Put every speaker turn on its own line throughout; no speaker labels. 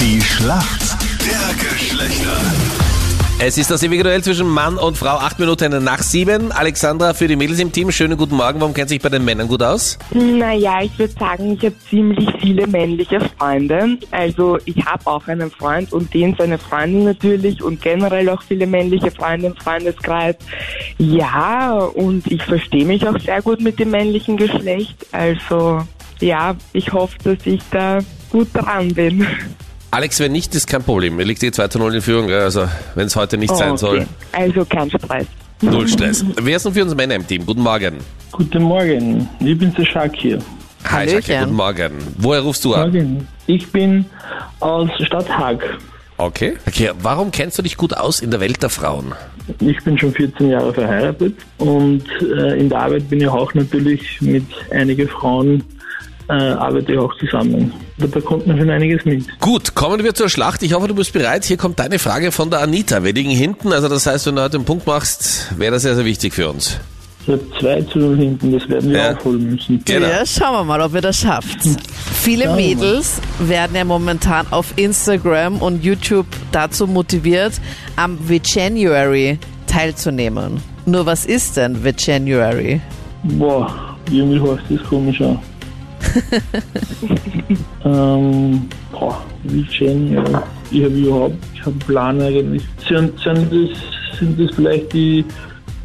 Die Schlacht der Geschlechter.
Es ist das ewige Duell zwischen Mann und Frau, acht Minuten nach sieben. Alexandra für die Mädels im Team, schönen guten Morgen. Warum kennt sich bei den Männern gut aus?
Naja, ich würde sagen, ich habe ziemlich viele männliche Freunde. Also ich habe auch einen Freund und den seine Freundin natürlich und generell auch viele männliche Freunde im Freundeskreis. Ja, und ich verstehe mich auch sehr gut mit dem männlichen Geschlecht. Also ja, ich hoffe, dass ich da gut dran bin.
Alex, wenn nicht, ist kein Problem. Ihr liegt eh 2 zu 0 in Führung, gell? also wenn es heute nicht sein soll,
Okay. Also kein Stress.
null Stress. Wer ist denn für uns Männer im Team? Guten Morgen.
Guten Morgen, ich bin der Schak hier.
Hi, Jackie,
Hallöchen.
guten Morgen. Woher rufst du an?
Morgen. Ich bin aus Stadt Haag.
Okay. Okay, warum kennst du dich gut aus in der Welt der Frauen?
Ich bin schon 14 Jahre verheiratet und äh, in der Arbeit bin ich auch natürlich mit einigen Frauen, äh, arbeite ich auch zusammen. Da bekommt man schon einiges mit.
Gut, kommen wir zur Schlacht. Ich hoffe, du bist bereit. Hier kommt deine Frage von der Anita. Wir liegen hinten, also das heißt, wenn du heute einen Punkt machst, wäre das sehr, sehr wichtig für uns.
Ich habe zwei zu null hinten, das werden wir
Ja.
aufholen müssen.
Genau.
Ja, schauen wir mal, ob ihr das schafft. Viele
Schauen wir mal.
Mädels werden ja momentan auf Instagram und YouTube dazu motiviert, am Veganuary teilzunehmen. Nur was ist denn Veganuary?
Boah, irgendwie hört das komisch an. ähm, boah, wie genial. Ich habe überhaupt keinen Plan eigentlich. Sind, sind, das, sind das vielleicht die,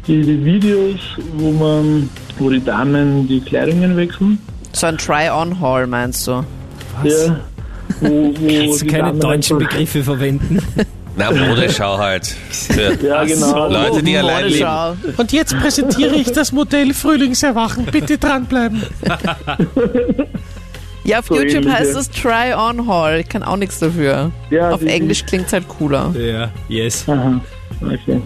die, die Videos, wo man, wo die Damen die Kleidungen wechseln?
So ein Try-on-Haul meinst du?
Ja. Wo, wo
Kannst du
Oh, die
keine
Damen
deutschen
einfach-
Begriffe verwenden?
Na, Modeschau halt.
Ja, genau.
Leute, die allein leben.
Modeschau.
Oh, Und jetzt präsentiere ich das Modell Frühlingserwachen. Bitte dranbleiben.
Ja, auf
So
YouTube
ähnlich,
heißt
ja. Ah,
es Try-on-Haul. Ich kann auch nichts dafür.
Ja,
auf
die-
Englisch klingt's halt cooler.
ja, yes.
Aha, okay.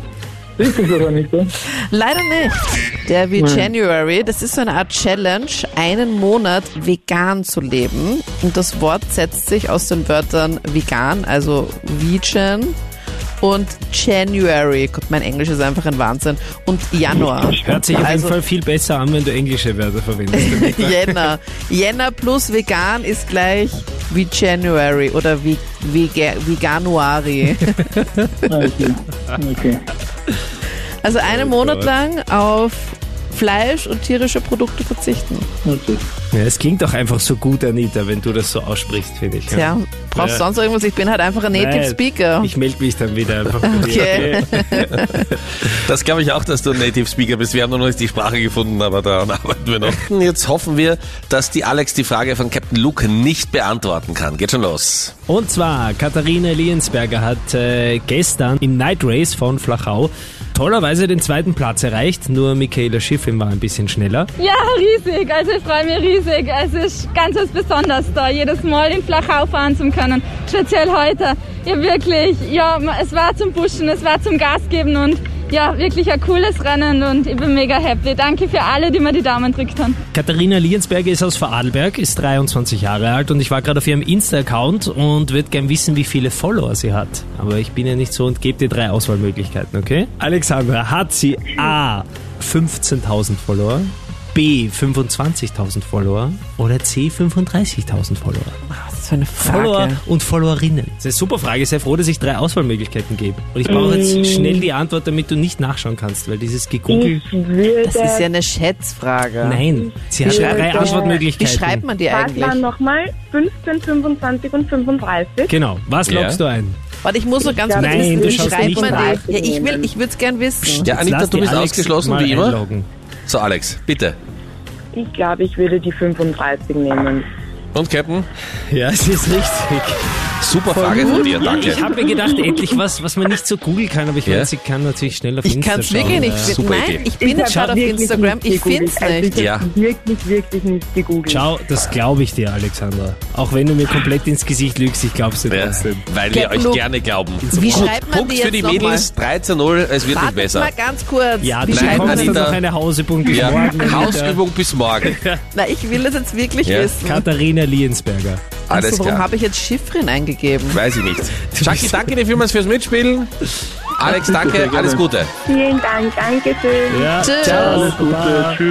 Ist das aber nicht so?
Leider nicht. Der Veganuary, das ist so eine Art Challenge, einen Monat vegan zu leben. Und das Wort setzt sich aus den Wörtern vegan, also vegan und January. Gott, mein Englisch ist einfach ein Wahnsinn. Und Januar.
Hört sich auf
Also-
jeden Fall viel besser an, wenn du englische Wörter verwendest.
Jänner. Jänner plus vegan ist gleich wie January oder wie, wie Ge- Veganuari.
Ah, Okay. okay.
Also einen Monat lang auf Fleisch und tierische Produkte verzichten.
okay.
Ja, es klingt doch einfach so gut, Anita, wenn du das so aussprichst, finde ich.
Tja, brauchst
Ja.
sonst irgendwas? Ich bin halt einfach ein Native
Nein,
Speaker.
Ich melde mich dann wieder einfach. bei dir.
Okay.
Das glaube ich auch, dass du ein Native Speaker bist. Wir haben noch nicht die Sprache gefunden, aber daran arbeiten wir noch. Jetzt hoffen wir, dass die Alex die Frage von Captain Luke nicht beantworten kann. Geht schon los.
Und zwar, Katharina Liensberger hat äh, gestern im Night Race von Flachau tollerweise den zweiten Platz erreicht, nur Michaela Schiffin war ein bisschen schneller.
Ja, riesig. Also ich freue mich riesig. Es ist ganz was Besonderes da, jedes Mal in Flachau fahren zu können. Speziell heute. Ja, wirklich. Ja, es war zum Pushen, es war zum Gas geben und ja, wirklich ein cooles Rennen und ich bin mega happy. Danke für alle, die mir die Daumen drückt haben.
Katharina Liensberger ist aus Vorarlberg, ist 23 Jahre alt und ich war gerade auf ihrem Insta-Account und würde gern wissen, wie viele Follower sie hat. Aber ich bin ja nicht so und gebe dir drei Auswahlmöglichkeiten, okay? Alexandra, hat sie A. 15.000 Follower, B. 25.000 Follower oder C. 35.000 Follower?
Was für eine
Follower
Frage.
und Followerinnen. Das ist eine super Frage. Sehr froh, dass ich drei Auswahlmöglichkeiten gebe. Und ich brauche jetzt schnell die Antwort, damit du nicht nachschauen kannst, weil dieses Gegoogle.
Ich würde
Das ist ja eine Schätzfrage.
Nein, sie hat drei
Wie
Antwortmöglichkeiten.
schreibt man die
Was
eigentlich?
waren nochmal 15, 25 und 35?
Genau, was
Ja.
lockst du ein?
Warte, ich muss so ganz
Nein,
kurz wissen,
du
wie
schaust
schreibt
nicht
man
nach.
die? Ja, ich will, ich würde es gern wissen.
Ja, Anita,
Lass
du
die
bist
Alex
ausgeschlossen,
mal
wie immer.
einloggen.
So, Alex, bitte.
Ich glaube, ich würde die 35 nehmen.
Und Captain?
Ja, es ist richtig.
Super Frage von dir, danke.
Ich habe mir gedacht, endlich was, was man nicht so googeln kann, aber ich
Ja.
meine, sie kann natürlich schnell auf
Ich
Insta
kann es
schauen.
wirklich nicht
Ja.
finden.
Super
Nein,
Idee.
ich bin jetzt
hab
gerade auf
wirklich
Instagram.
nicht
Ich
gegoogelt.
finde es
Also
nicht.
Ich
Ja.
habe wirklich, wirklich nicht gegoogelt.
Schau, das glaube ich dir, Alexandra. Auch wenn du mir komplett ins Gesicht lügst, ich glaube es dir
Ja,
trotzdem.
weil wir
Captain
euch
Luke.
gerne glauben.
Wie
Gut,
schreibt man
Punkt
die
für
jetzt
die
noch
Mädels, 3 zu 0, es wird nicht
Wartet
besser.
mal ganz kurz.
Ja,
wie
du
Nein,
schreibt man
bekommst dann
Anita.
das?
noch eine Hausübung bis
Ja,
morgen. Anita.
Hausübung bis morgen.
Na, ich will das jetzt wirklich
Ja.
wissen.
Katharina Liensberger.
Alles
Also, warum
klar.
habe ich jetzt Schiffrin eingegeben?
Weiß ich nicht. Jackie, danke dir vielmals fürs Mitspielen. Alex, danke, alles Gute.
Vielen Dank, Dankeschön.
Ja.
Tschüss. Ah,
Alles Gute, tschüss.